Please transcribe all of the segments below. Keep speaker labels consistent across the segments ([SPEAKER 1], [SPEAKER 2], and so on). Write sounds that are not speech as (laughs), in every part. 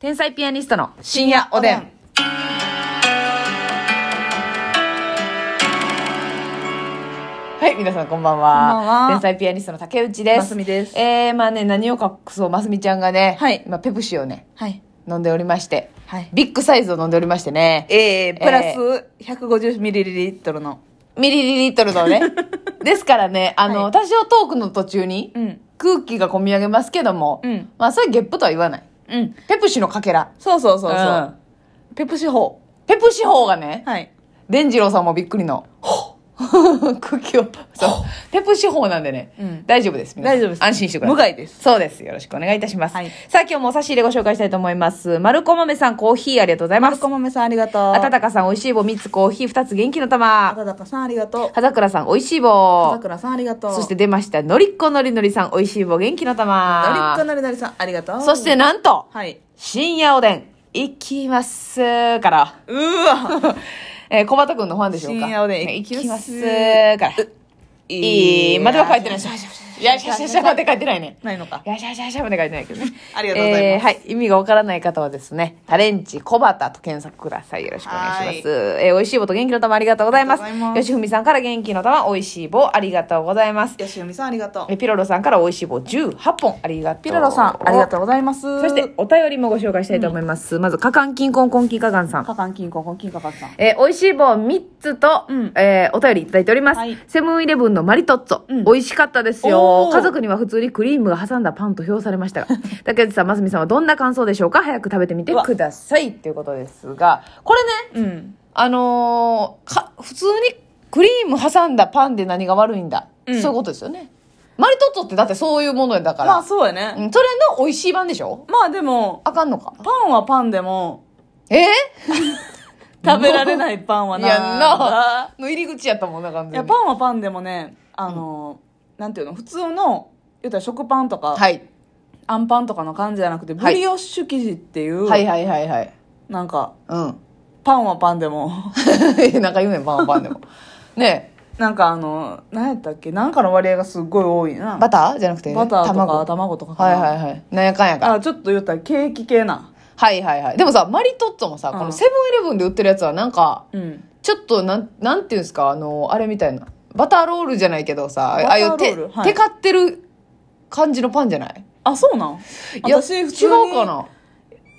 [SPEAKER 1] 天才ピアニストの
[SPEAKER 2] 深夜おでん。はい、皆さんこんばんは。
[SPEAKER 1] こんばんは
[SPEAKER 2] 天才ピアニストの竹内です。
[SPEAKER 1] マスミです
[SPEAKER 2] えー、まあね、何を隠そう、ますみちゃんがね、
[SPEAKER 1] はい
[SPEAKER 2] 今、ペプシをね、
[SPEAKER 1] はい
[SPEAKER 2] 飲んでおりまして、
[SPEAKER 1] はい
[SPEAKER 2] ビッグサイズを飲んでおりましてね、
[SPEAKER 1] えー、プラ
[SPEAKER 2] え
[SPEAKER 1] ス 150ml の
[SPEAKER 2] ミリリリットルの
[SPEAKER 1] (laughs)
[SPEAKER 2] ね。ですからね、あの、
[SPEAKER 1] はい
[SPEAKER 2] 多少トークの途中に、
[SPEAKER 1] うん
[SPEAKER 2] 空気が込み上げますけども、
[SPEAKER 1] うん
[SPEAKER 2] まあ、それゲップとは言わない。
[SPEAKER 1] うん
[SPEAKER 2] ペプシのかけら。
[SPEAKER 1] そうそうそうそう、
[SPEAKER 2] うん
[SPEAKER 1] ペプシ法
[SPEAKER 2] ペプシ法がね、
[SPEAKER 1] はい
[SPEAKER 2] 伝次郎さんもびっくりの。 (laughs) 空気を、そう。ペプシ法なんでね、
[SPEAKER 1] うん
[SPEAKER 2] 大丈夫です。皆さん
[SPEAKER 1] 大丈夫です
[SPEAKER 2] 安心してください。
[SPEAKER 1] 無害です。
[SPEAKER 2] そうです。よろしくお願いいたします。
[SPEAKER 1] はい
[SPEAKER 2] さあ、今日もお差し入れご紹介したいと思います。マルコマメさん、コーヒーありがとうござい
[SPEAKER 1] マ
[SPEAKER 2] ま
[SPEAKER 1] ル
[SPEAKER 2] す
[SPEAKER 1] コ。豆さんありがとう
[SPEAKER 2] あたたかさん、おいしい棒3つ、コーヒー2つ、元気の玉。
[SPEAKER 1] たたかさんありがとう
[SPEAKER 2] 葉桜さん、おいしい
[SPEAKER 1] さ
[SPEAKER 2] 棒。
[SPEAKER 1] くらさんありがとう
[SPEAKER 2] そして出ました、のりっこのりのりさん、おいしい棒元気の
[SPEAKER 1] のりっ
[SPEAKER 2] 玉。
[SPEAKER 1] このりのりさんありがとう
[SPEAKER 2] そしてなんと、
[SPEAKER 1] はい
[SPEAKER 2] 深夜おでん、いきますから。
[SPEAKER 1] うーわ
[SPEAKER 2] (laughs) えー、小畑くんのファンでしょうか。
[SPEAKER 1] 深夜おでん
[SPEAKER 2] ねい
[SPEAKER 1] いき
[SPEAKER 2] きま
[SPEAKER 1] ますす
[SPEAKER 2] から。いい。までは書いてない
[SPEAKER 1] し
[SPEAKER 2] し。いや、しゃしゃしゃまで書いてないね。
[SPEAKER 1] ないのか
[SPEAKER 2] いや、しゃしゃしゃまで書いてないけどね。
[SPEAKER 1] (laughs) ありがとうございます
[SPEAKER 2] えーはい。意味がわからない方はですね、タレンチ小畑と検索ください。よろしくお願いします。えー、美味しい棒と元気の玉ありがとうございます
[SPEAKER 1] ありがとうござい。ま
[SPEAKER 2] よ
[SPEAKER 1] す
[SPEAKER 2] しふみさんから元気の玉、美味しい棒ありがとうございます。
[SPEAKER 1] よしおみさんありがとう
[SPEAKER 2] えピロロさんから美味しい棒18本ありがとう
[SPEAKER 1] ピロロさんありがとうございます
[SPEAKER 2] そしてお便りもご紹介したいと思います、まずカカンキンコンコンキンカカンさん
[SPEAKER 1] かかんきんこんこんきんかかんさん
[SPEAKER 2] えー、美味しい棒3つと、
[SPEAKER 1] うん
[SPEAKER 2] えーお便りいただいております。
[SPEAKER 1] はい
[SPEAKER 2] セブンイレブンのマリトッツォ、
[SPEAKER 1] うん
[SPEAKER 2] 美味しかったですよ
[SPEAKER 1] お。ー
[SPEAKER 2] 家族には普通にクリームが挟んだパンと評されま
[SPEAKER 1] (laughs)
[SPEAKER 2] したが、竹内さん、ますみさんはどんな感想でしょうか早く食べてみて
[SPEAKER 1] うわ
[SPEAKER 2] ください。っていうことですが、これね、
[SPEAKER 1] うん
[SPEAKER 2] あのーか、普通にクリーム挟んだパンで何が悪いんだ。
[SPEAKER 1] うん
[SPEAKER 2] そういうことですよね。マリトッツォってだってそういうものやだから。
[SPEAKER 1] まあそうやね、
[SPEAKER 2] うんそれの美味しい版でしょ
[SPEAKER 1] まあでも
[SPEAKER 2] あかんのか。
[SPEAKER 1] パンはパンでも
[SPEAKER 2] えー、
[SPEAKER 1] 食べられないパンは
[SPEAKER 2] やん
[SPEAKER 1] な
[SPEAKER 2] なの入り口やったもんな感
[SPEAKER 1] い
[SPEAKER 2] じ。
[SPEAKER 1] やパンはパンでもねあの、なんていうの普通の言ったら食パンとか、
[SPEAKER 2] はい。
[SPEAKER 1] あんパンとかの感じじゃなくてブ
[SPEAKER 2] はい
[SPEAKER 1] リオッシュ生地っていう、
[SPEAKER 2] はいはいはいはい。
[SPEAKER 1] なんか
[SPEAKER 2] うん。 (laughs)
[SPEAKER 1] パンはパンでも (laughs)
[SPEAKER 2] なんか言うねん、パンはパンでも。ねえ
[SPEAKER 1] なんかあの何やったっけなんかの割合がすっごい多いな
[SPEAKER 2] バターじゃなくて、
[SPEAKER 1] バターとか
[SPEAKER 2] 卵。
[SPEAKER 1] 卵とかか
[SPEAKER 2] は
[SPEAKER 1] ない
[SPEAKER 2] はいはい。なんやかんやから。
[SPEAKER 1] あちょっと言ったらケーキ系な
[SPEAKER 2] はいはいはい。でもさ、マリトッツォもさ、
[SPEAKER 1] うん
[SPEAKER 2] このセブンイレブンで売ってるやつはなんか、
[SPEAKER 1] うん
[SPEAKER 2] ちょっとなん、なんていうんですか、あの、あれみたいな。バターロールじゃないけどさ、
[SPEAKER 1] バター
[SPEAKER 2] ああいうて、
[SPEAKER 1] ロールはい
[SPEAKER 2] テカってる感じのパンじゃない
[SPEAKER 1] あそうなん
[SPEAKER 2] いや、
[SPEAKER 1] 私
[SPEAKER 2] 違
[SPEAKER 1] 普通に
[SPEAKER 2] うかな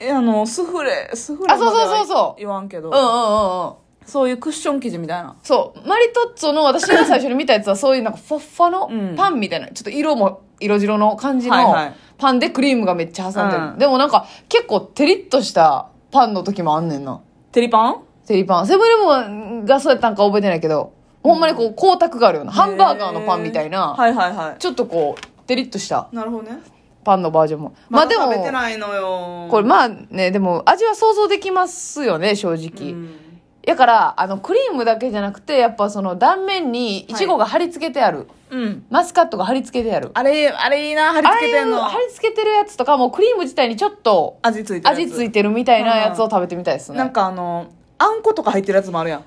[SPEAKER 1] えあのスフレスフレ
[SPEAKER 2] あそうそうそうそう
[SPEAKER 1] までは言わんけど、
[SPEAKER 2] うんうんうんうん。
[SPEAKER 1] そういうクッション生地みたいな
[SPEAKER 2] そう。マリトッツォの私が最初に見たやつはそういうなんかフォッファ
[SPEAKER 1] う
[SPEAKER 2] の
[SPEAKER 1] ん
[SPEAKER 2] パンみたいな、ちょっと色も色白の感じ
[SPEAKER 1] はい
[SPEAKER 2] の
[SPEAKER 1] はい
[SPEAKER 2] パンでクリームがめっちゃ挟んでる。
[SPEAKER 1] うん
[SPEAKER 2] でもなんか結構テリッとしたパンの時もあんねんな。
[SPEAKER 1] テリパン
[SPEAKER 2] テリパン。セブンイレブンがそうやったんか覚えてないけど、ほんまにこう光沢があるような、ハンバーガーのパンみたい
[SPEAKER 1] へー
[SPEAKER 2] な、
[SPEAKER 1] はいはいはい
[SPEAKER 2] ちょっとこうテリッとした
[SPEAKER 1] なるほどね
[SPEAKER 2] パンのバージョンも。まあでも、
[SPEAKER 1] 食べてないのよ
[SPEAKER 2] これまあね、でも味は想像できますよね、正直。だからあのクリームだけじゃなくてやっぱその断面にいちごが貼り付けてある、
[SPEAKER 1] うん
[SPEAKER 2] マスカットが貼り付けてある
[SPEAKER 1] あれあれいいな貼り付けてん
[SPEAKER 2] あ
[SPEAKER 1] の
[SPEAKER 2] あいう貼り付けてるやつとかもうクリーム自体にちょっと
[SPEAKER 1] 味ついてるやつ
[SPEAKER 2] 味付いてるみたいなやつを食べてみたいですね、
[SPEAKER 1] なんかあのあんことか入ってるやつもあるやん、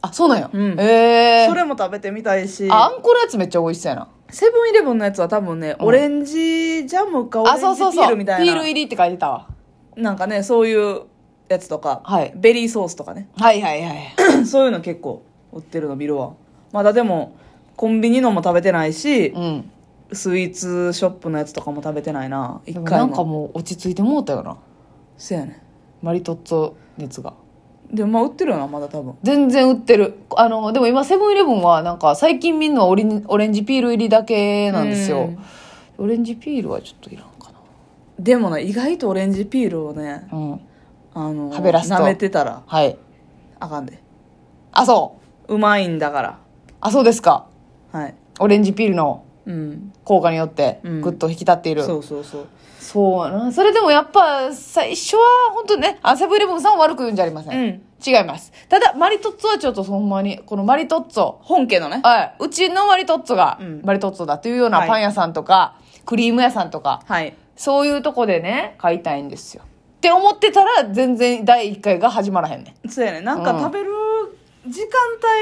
[SPEAKER 2] あそうなんや、
[SPEAKER 1] うん
[SPEAKER 2] ええ
[SPEAKER 1] それも食べてみたいし
[SPEAKER 2] あんこのやつめっちゃ美味しそうやな
[SPEAKER 1] セブンイレブンのやつは多分ね、
[SPEAKER 2] うん
[SPEAKER 1] オレンジジャムかオレ
[SPEAKER 2] あ
[SPEAKER 1] ンジピ
[SPEAKER 2] そうそうそう
[SPEAKER 1] ールみたいな
[SPEAKER 2] ピール入りって書いてたわ
[SPEAKER 1] なんかねそういうやつとか、
[SPEAKER 2] はい
[SPEAKER 1] ベリーソースとかね (clears throat)
[SPEAKER 2] はいはいはい
[SPEAKER 1] そういうの結構売ってるの見るわまだでもコンビニのも食べてないし、
[SPEAKER 2] うん
[SPEAKER 1] スイーツショップのやつとかも食べてないな一
[SPEAKER 2] で
[SPEAKER 1] 回
[SPEAKER 2] も
[SPEAKER 1] も
[SPEAKER 2] なんかもう落ち着いてもうたよな
[SPEAKER 1] そうやね
[SPEAKER 2] マリトッツォ熱が
[SPEAKER 1] でもまあ売ってるよなまだ多分
[SPEAKER 2] 全然売ってるあのでも今セブンイレブンはなんか最近見るのはオレンオレンジピール入りだけなんですよオレンジピールはちょっといらんか
[SPEAKER 1] でもな意外とオレンジピールをね
[SPEAKER 2] なうん
[SPEAKER 1] あの
[SPEAKER 2] 食べらすと
[SPEAKER 1] 舐めてたら
[SPEAKER 2] はい
[SPEAKER 1] あかんで
[SPEAKER 2] あそう
[SPEAKER 1] うまいんだから
[SPEAKER 2] あそうですか
[SPEAKER 1] はい
[SPEAKER 2] オレンジピールの
[SPEAKER 1] うん
[SPEAKER 2] 効果によって
[SPEAKER 1] うん
[SPEAKER 2] グッと引き立っている、
[SPEAKER 1] そうそうそう
[SPEAKER 2] そうやなそれでもやっぱ最初は本当ねあセブンイレブンさんを悪く言うんじゃありません、
[SPEAKER 1] うん
[SPEAKER 2] 違いますただマリトッツォはちょっとほんまにこのマリトッツォ
[SPEAKER 1] 本家のね
[SPEAKER 2] はいうちのマリトッツォが
[SPEAKER 1] うん
[SPEAKER 2] マリトッツォだというような
[SPEAKER 1] はい
[SPEAKER 2] パン屋さんとか、クリーム屋さんとか
[SPEAKER 1] はい
[SPEAKER 2] そういうとこでね、買いたいんですよ。って思ってたら、全然第1回が始まらへんね
[SPEAKER 1] そうやねなん
[SPEAKER 2] う
[SPEAKER 1] か
[SPEAKER 2] ん
[SPEAKER 1] 食べる時間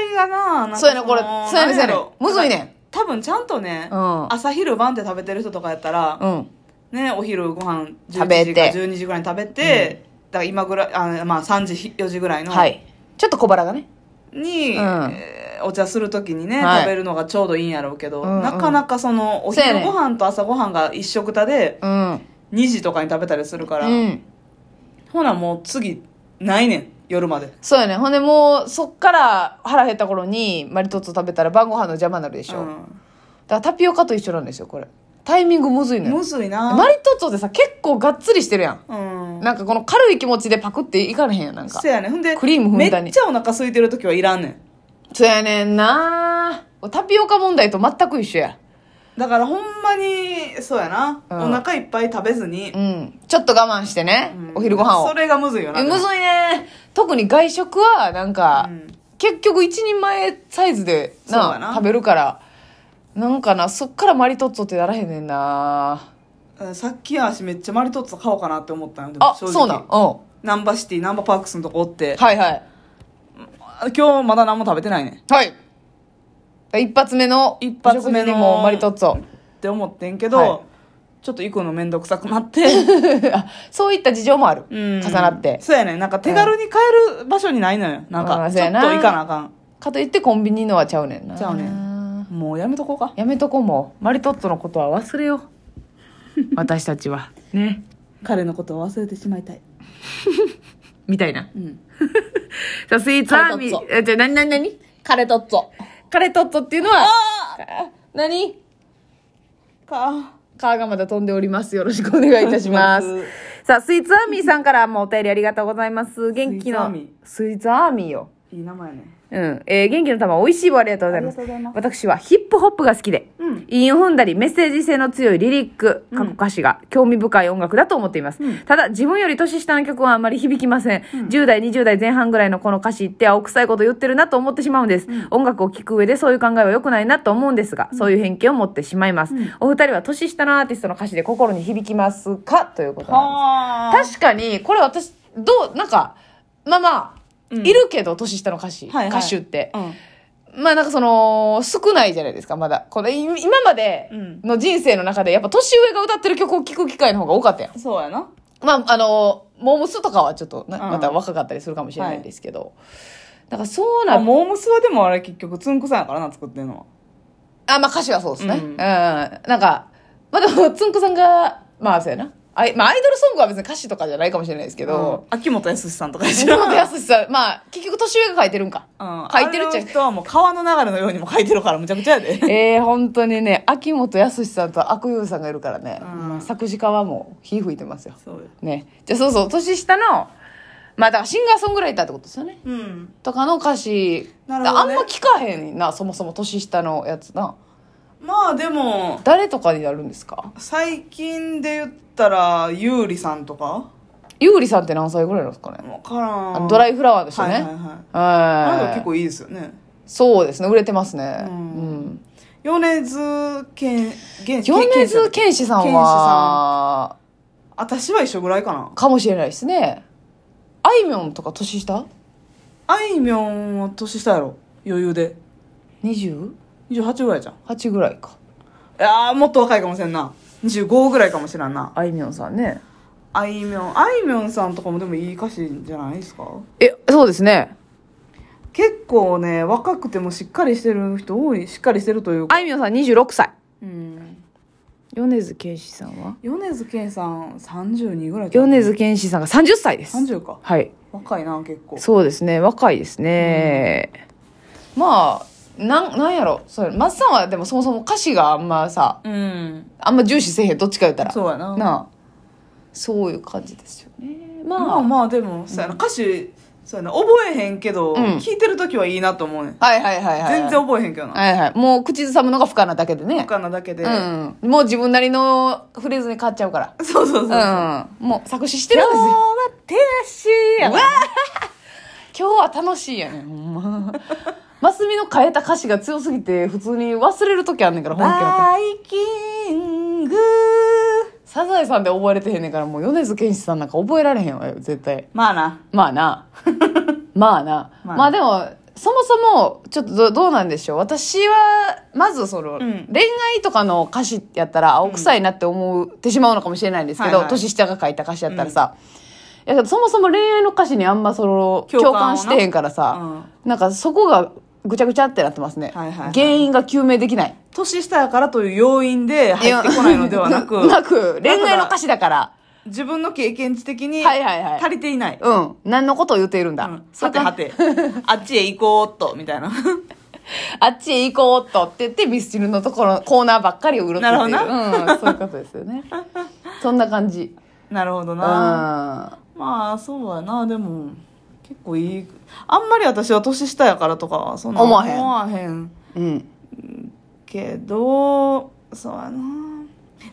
[SPEAKER 1] 帯がななん
[SPEAKER 2] ん。
[SPEAKER 1] か
[SPEAKER 2] そうやねん、これ。
[SPEAKER 1] の
[SPEAKER 2] そうやねん、そうや
[SPEAKER 1] なん
[SPEAKER 2] ね
[SPEAKER 1] ろ
[SPEAKER 2] ん。むずいね
[SPEAKER 1] 多分ちゃんとね、
[SPEAKER 2] うん
[SPEAKER 1] 朝昼晩って食べてる人とかやったら、
[SPEAKER 2] ん。うん。
[SPEAKER 1] ね、お昼ご飯
[SPEAKER 2] 食べ
[SPEAKER 1] 11
[SPEAKER 2] て
[SPEAKER 1] 時か12時ぐらいに食べて、だから今ぐらいあまあ3時4時ぐらいの、
[SPEAKER 2] はい。ちょっと小腹がね。
[SPEAKER 1] に、
[SPEAKER 2] うん
[SPEAKER 1] えーお茶するときにね、
[SPEAKER 2] はい
[SPEAKER 1] 食べるのがちょうどいいんやろうけど、
[SPEAKER 2] うんうん
[SPEAKER 1] なかなかそのお
[SPEAKER 2] そうや
[SPEAKER 1] 昼
[SPEAKER 2] ね
[SPEAKER 1] ご飯と朝ご飯が一食たで
[SPEAKER 2] うん。
[SPEAKER 1] 2時とかに食べたりするから、
[SPEAKER 2] うん。
[SPEAKER 1] ほなもう次ないねん夜まで
[SPEAKER 2] そうやね。ほんでもう、そっから腹減った頃にマリトッツォ食べたら晩ご飯の邪魔になるでしょ。
[SPEAKER 1] う
[SPEAKER 2] だか
[SPEAKER 1] ん
[SPEAKER 2] らタピオカと一緒なんですよ、これ。タイミングむずいのよ。
[SPEAKER 1] むずいな
[SPEAKER 2] マリトッツォってさ、結構がっつりしてるやん。
[SPEAKER 1] うん
[SPEAKER 2] なんかこの軽い気持ちでパクっていかれへんやん、なんか
[SPEAKER 1] せ。やねんほんで
[SPEAKER 2] クリームふんだんに
[SPEAKER 1] めっちゃお腹空いてる時はいらんねん
[SPEAKER 2] そうやねんなタピオカ問題と全く一緒や。
[SPEAKER 1] だからほんまにそうやな、
[SPEAKER 2] うん
[SPEAKER 1] お腹いっぱい食べずに
[SPEAKER 2] う、ん。ちょっと我慢してね。
[SPEAKER 1] うん
[SPEAKER 2] お昼ご飯を
[SPEAKER 1] そ。れがむずいよな
[SPEAKER 2] え、むずいね。特に外食は、なんか、
[SPEAKER 1] うん
[SPEAKER 2] 結局一人前サイズで
[SPEAKER 1] そう
[SPEAKER 2] な
[SPEAKER 1] やな
[SPEAKER 2] 食べるから。なんかな、そっからマリトッツォってならへんねんな
[SPEAKER 1] うんさっきやしめっちゃマリトッツォ買おうかなって思ったんよでも
[SPEAKER 2] あ、
[SPEAKER 1] 正直
[SPEAKER 2] そうなん。うん。は
[SPEAKER 1] ナンバーシティナンバーパークスのとこおって
[SPEAKER 2] いはい。
[SPEAKER 1] 今日まだ何も食べてないね
[SPEAKER 2] はい。一発目の、
[SPEAKER 1] 一発目の
[SPEAKER 2] お食事にもマリトッツォ。 (laughs)
[SPEAKER 1] って思ってんけど、
[SPEAKER 2] はい
[SPEAKER 1] ちょっと行くの面倒くさくなって
[SPEAKER 2] (laughs) あそういった事情もある。
[SPEAKER 1] うん
[SPEAKER 2] 重なって。
[SPEAKER 1] そうやねなんか手軽に買える場所にないのよなん
[SPEAKER 2] う
[SPEAKER 1] か
[SPEAKER 2] ん
[SPEAKER 1] ち
[SPEAKER 2] そう
[SPEAKER 1] ょっ
[SPEAKER 2] や
[SPEAKER 1] と
[SPEAKER 2] な
[SPEAKER 1] 行かなあかん
[SPEAKER 2] かといってコンビニのはちゃうねんな。
[SPEAKER 1] ちゃうねんもうやめとこうか
[SPEAKER 2] やめとこうもうマリトッツォのことは忘れよ
[SPEAKER 1] (laughs)
[SPEAKER 2] う私たちはね
[SPEAKER 1] 彼のことを忘れてしまいたい
[SPEAKER 2] みたいな (laughs)
[SPEAKER 1] うん
[SPEAKER 2] さあスイーツはみ
[SPEAKER 1] カレートッツ
[SPEAKER 2] えじゃあ何何何
[SPEAKER 1] カレートッツォ
[SPEAKER 2] カレートッツォっていうのはあ何
[SPEAKER 1] か
[SPEAKER 2] 川がまだ飛んでおりますよろしくお願いいたしま
[SPEAKER 1] お願 (laughs) い
[SPEAKER 2] す
[SPEAKER 1] し
[SPEAKER 2] さあスイーツアーミーさんからもお便りありがとうございます元気のスイーツアーミーよ
[SPEAKER 1] いい名前やね
[SPEAKER 2] うん。えー元気の玉、美味しい棒ありがとうございます。
[SPEAKER 1] ありがとうござ
[SPEAKER 2] 私はヒップホップが好きで、
[SPEAKER 1] うん
[SPEAKER 2] 韻を踏んだり、メッセージ性の強いリリック、過去歌詞が興味深い音楽だと思っています。ただ、自分より年下の曲はあまり響きません。10代、20代前半ぐらいのこの歌詞って青臭いこと言ってるなと思ってしまうんです。音楽を聴く上でそういう考えは良くないなと思うんですが、そういう偏見を持ってしまいます。お二人は年下のアーティストの歌詞で心に響きますかということなんです。確
[SPEAKER 1] は
[SPEAKER 2] かに、これ私、どう、なんか、まあまあ、
[SPEAKER 1] うん
[SPEAKER 2] いるけど、年下の歌手、
[SPEAKER 1] はいはい
[SPEAKER 2] 歌手って。
[SPEAKER 1] あうん
[SPEAKER 2] まあなんかその、少ないじゃないですか、まだ。この、い今まで
[SPEAKER 1] うん
[SPEAKER 2] の人生の中で、やっぱ年上が歌ってる曲を聴く機会の方が多かったやん。
[SPEAKER 1] そうやな
[SPEAKER 2] まあ、あの、モームスとかはちょっとな、
[SPEAKER 1] うん
[SPEAKER 2] また若かったりするかもしれないですけど。だからそうな
[SPEAKER 1] あモームスはでもあれ結局つんくさんやからな作ってんのは
[SPEAKER 2] あ、まあ歌詞はそうですね。
[SPEAKER 1] うん
[SPEAKER 2] うん。なんか、まあでも、つんくさんが、まあそうやな。あいまあアイドルソングは別に歌詞とかじゃないかもしれないですけど、
[SPEAKER 1] うん秋元康さんとかでし
[SPEAKER 2] 藤
[SPEAKER 1] ょ
[SPEAKER 2] 本康さん、まあ、結局年上が書いてるんか。
[SPEAKER 1] うん
[SPEAKER 2] 書いてるっち
[SPEAKER 1] あ
[SPEAKER 2] ゃ
[SPEAKER 1] の。人はもう川の流れのようにも書いてるからむちゃくちゃや
[SPEAKER 2] (laughs)
[SPEAKER 1] で
[SPEAKER 2] ええ本当にね、秋元康さんと悪友さんがいるからね、
[SPEAKER 1] うん
[SPEAKER 2] まあ作詞家はもう火吹いてますよ。
[SPEAKER 1] そうよ
[SPEAKER 2] ね。じゃあそうそう、年下の、まあだからシンガーソングライターってことですよね。
[SPEAKER 1] うん
[SPEAKER 2] とかの歌詞、
[SPEAKER 1] なるほどね
[SPEAKER 2] あんま聞かへんな、そもそも年下のやつな。
[SPEAKER 1] まあでも
[SPEAKER 2] 誰とかになるんですか
[SPEAKER 1] 最近で言ったら優里さんとか
[SPEAKER 2] ゆうりさんって何歳ぐらいなんですかね。
[SPEAKER 1] わから
[SPEAKER 2] あ
[SPEAKER 1] ん
[SPEAKER 2] のドライフラワーですよ
[SPEAKER 1] はい
[SPEAKER 2] ね。
[SPEAKER 1] は
[SPEAKER 2] はいい
[SPEAKER 1] はいあなた結構いいですよね
[SPEAKER 2] そうですね、売れてますね。う
[SPEAKER 1] う
[SPEAKER 2] んん。
[SPEAKER 1] 米津玄玄
[SPEAKER 2] 米津
[SPEAKER 1] 玄
[SPEAKER 2] 玄師さん
[SPEAKER 1] 玄師
[SPEAKER 2] は、
[SPEAKER 1] 私は一緒ぐらいかな
[SPEAKER 2] かもしれないですね。あいみょんとか年下
[SPEAKER 1] あいみょんは年下やろ余裕で
[SPEAKER 2] ?20?
[SPEAKER 1] 28ぐらいじゃん
[SPEAKER 2] 8ぐらいか
[SPEAKER 1] いやーもっと若いかもしれんな25ぐらいかもしれんな
[SPEAKER 2] あいみょんさんね
[SPEAKER 1] あいみょんあいみょんさんとかもでもいい歌詞じゃないですか
[SPEAKER 2] えそうですね
[SPEAKER 1] 結構ね若くてもしっかりしてる人多いしっかりしてるというか
[SPEAKER 2] あいみょんさん26歳
[SPEAKER 1] うん
[SPEAKER 2] 米津玄師さんは
[SPEAKER 1] 米津玄師さん32ぐらいじゃん
[SPEAKER 2] 米津玄師さんが30歳です
[SPEAKER 1] 30か
[SPEAKER 2] はい
[SPEAKER 1] 若いな結構
[SPEAKER 2] そうですね若いですね、まあなんなんやろそれ松さんはでもそもそも歌詞があんまさ
[SPEAKER 1] うん
[SPEAKER 2] あんま重視せえへんどっちか言ったら
[SPEAKER 1] そうやな
[SPEAKER 2] なあそういう感じですよねまあ、
[SPEAKER 1] まあまあでもそうやな歌詞そうやな覚えへんけど
[SPEAKER 2] ん
[SPEAKER 1] 聞いてる時はいいなと思うねん
[SPEAKER 2] はいはいはいはい
[SPEAKER 1] 全然覚えへんけどな
[SPEAKER 2] はいはいもう口ずさむのが不可なだけでね
[SPEAKER 1] 他のだけで
[SPEAKER 2] うんうんもう自分なりのフレーズに変わっちゃうから
[SPEAKER 1] そうそうそ
[SPEAKER 2] う
[SPEAKER 1] うそう
[SPEAKER 2] ん、もう作詞してるんですよ。
[SPEAKER 1] や
[SPEAKER 2] わあ今日は楽しいやねん、ほんま。マスミの変えた歌詞が強すぎて、普通に忘れる時あんねんから、本気だと。
[SPEAKER 1] バイキング
[SPEAKER 2] サザエさんで覚えれてへんねんから、もう米津玄師さんなんか覚えられへんわよ、絶対。
[SPEAKER 1] (laughs) まあな
[SPEAKER 2] まあな。まあな。
[SPEAKER 1] まあな
[SPEAKER 2] まあでも、そもそも、ちょっとどどうなんでしょう。私は、まずその、
[SPEAKER 1] ん
[SPEAKER 2] 恋愛とかの歌詞ってやったら、青臭いなって思うってしまうのかもしれないんですけど、
[SPEAKER 1] はいはい
[SPEAKER 2] 年下が書いた歌詞やったらさ、いやけどそもそも恋愛の歌詞にあんまその、
[SPEAKER 1] 共
[SPEAKER 2] 共
[SPEAKER 1] 感
[SPEAKER 2] 感
[SPEAKER 1] をな
[SPEAKER 2] してへんからさ、なんかそこがぐちゃぐちゃってなってますね。
[SPEAKER 1] はいはいはい
[SPEAKER 2] 原因が究明できない。
[SPEAKER 1] 年下やからという要因で入ってこないのではな
[SPEAKER 2] (laughs)
[SPEAKER 1] く、
[SPEAKER 2] なく、恋愛の歌詞だから。
[SPEAKER 1] 自分の経験値的に
[SPEAKER 2] はいはいはい
[SPEAKER 1] 足りていない。
[SPEAKER 2] うん。何のことを言っているんだ。
[SPEAKER 1] うんさてはて、あっちへ行こうっと、みたいな。 (laughs)
[SPEAKER 2] (laughs) あっちへ行こうっとって言って、ミスチルのところ、コーナーばっかりをうろついてる。
[SPEAKER 1] なるほど
[SPEAKER 2] うん、そういうことですよ
[SPEAKER 1] (laughs)
[SPEAKER 2] ね。そんな感じ。
[SPEAKER 1] なるほど
[SPEAKER 2] うん。
[SPEAKER 1] な。
[SPEAKER 2] あ
[SPEAKER 1] まあ、そうやな、でも、結構いい。あんまり私は年下やからとかは、そんな
[SPEAKER 2] 思わへん
[SPEAKER 1] 思わへん
[SPEAKER 2] うん。
[SPEAKER 1] けど、そうやな。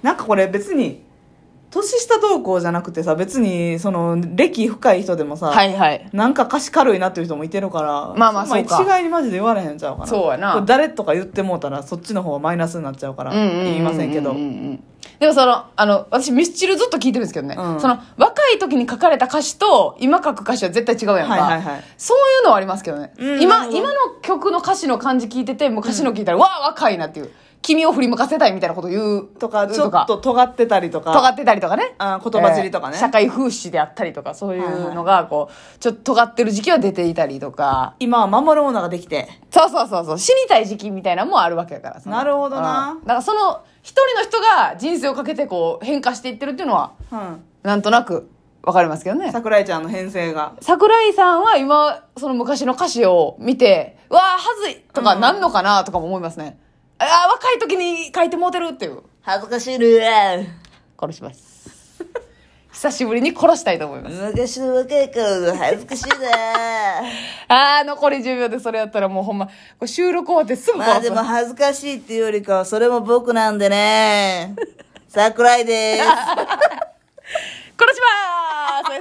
[SPEAKER 1] なんかこれ別に、年下同行じゃなくてさ、別に、その、歴深い人でもさ、
[SPEAKER 2] はいはい。
[SPEAKER 1] なんか歌詞軽いなっていう人もいてるから、
[SPEAKER 2] まあまあそうか
[SPEAKER 1] 一概にマジで言われへんちゃうかな。
[SPEAKER 2] そうやな
[SPEAKER 1] これ誰とか言ってもうたら、そっちの方がマイナスになっちゃうから、
[SPEAKER 2] うんうんうんうん
[SPEAKER 1] 言いませんけど。
[SPEAKER 2] うううんでもその、あの、私ミスチルずっと聞いてるんですけどね。
[SPEAKER 1] うん
[SPEAKER 2] その、若い時に書かれた歌詞と、今書く歌詞は絶対違うやんか。
[SPEAKER 1] はいはいはい
[SPEAKER 2] そういうのはありますけどね。
[SPEAKER 1] うんな
[SPEAKER 2] 今、
[SPEAKER 1] るほど
[SPEAKER 2] 今の曲の歌詞の感じ聞いてて、昔の聞いたら、わあ、若いなっていう。君を振り向かせたいみたいなこと言う。
[SPEAKER 1] とか、ちょっと尖ってたりとか。
[SPEAKER 2] 尖ってたりとかね
[SPEAKER 1] あー言葉尻とかね
[SPEAKER 2] えー社会風刺であったりとかそういうのがこうちょっと尖ってる時期は出ていたりとか
[SPEAKER 1] 今は守るものができて。
[SPEAKER 2] そうそうそうそう死にたい時期みたいなのもあるわけだからその
[SPEAKER 1] なるほどな
[SPEAKER 2] うんだからその一人の人が人生をかけてこう変化していってるっていうのは
[SPEAKER 1] うん。
[SPEAKER 2] なんとなくわかりますけどね
[SPEAKER 1] 桜井ちゃんの編成が。
[SPEAKER 2] 桜井さんは今その昔の歌詞を見てうわあはずいとかなんのかなとかも思いますね、ああ若い時に書いてもうてるっていう
[SPEAKER 1] 恥ずかしいる
[SPEAKER 2] 殺します
[SPEAKER 1] (laughs)
[SPEAKER 2] 久しぶりに殺したいと思います
[SPEAKER 1] 昔の若い頃の恥ずかしいな
[SPEAKER 2] あー、残り10秒でそれやったらもうほんま、これ収録終わってすぐ
[SPEAKER 1] まあ
[SPEAKER 2] 殺。
[SPEAKER 1] ですも恥ずかしいっていうよりかは、それも僕なんでね。桜井です。
[SPEAKER 2] 殺しま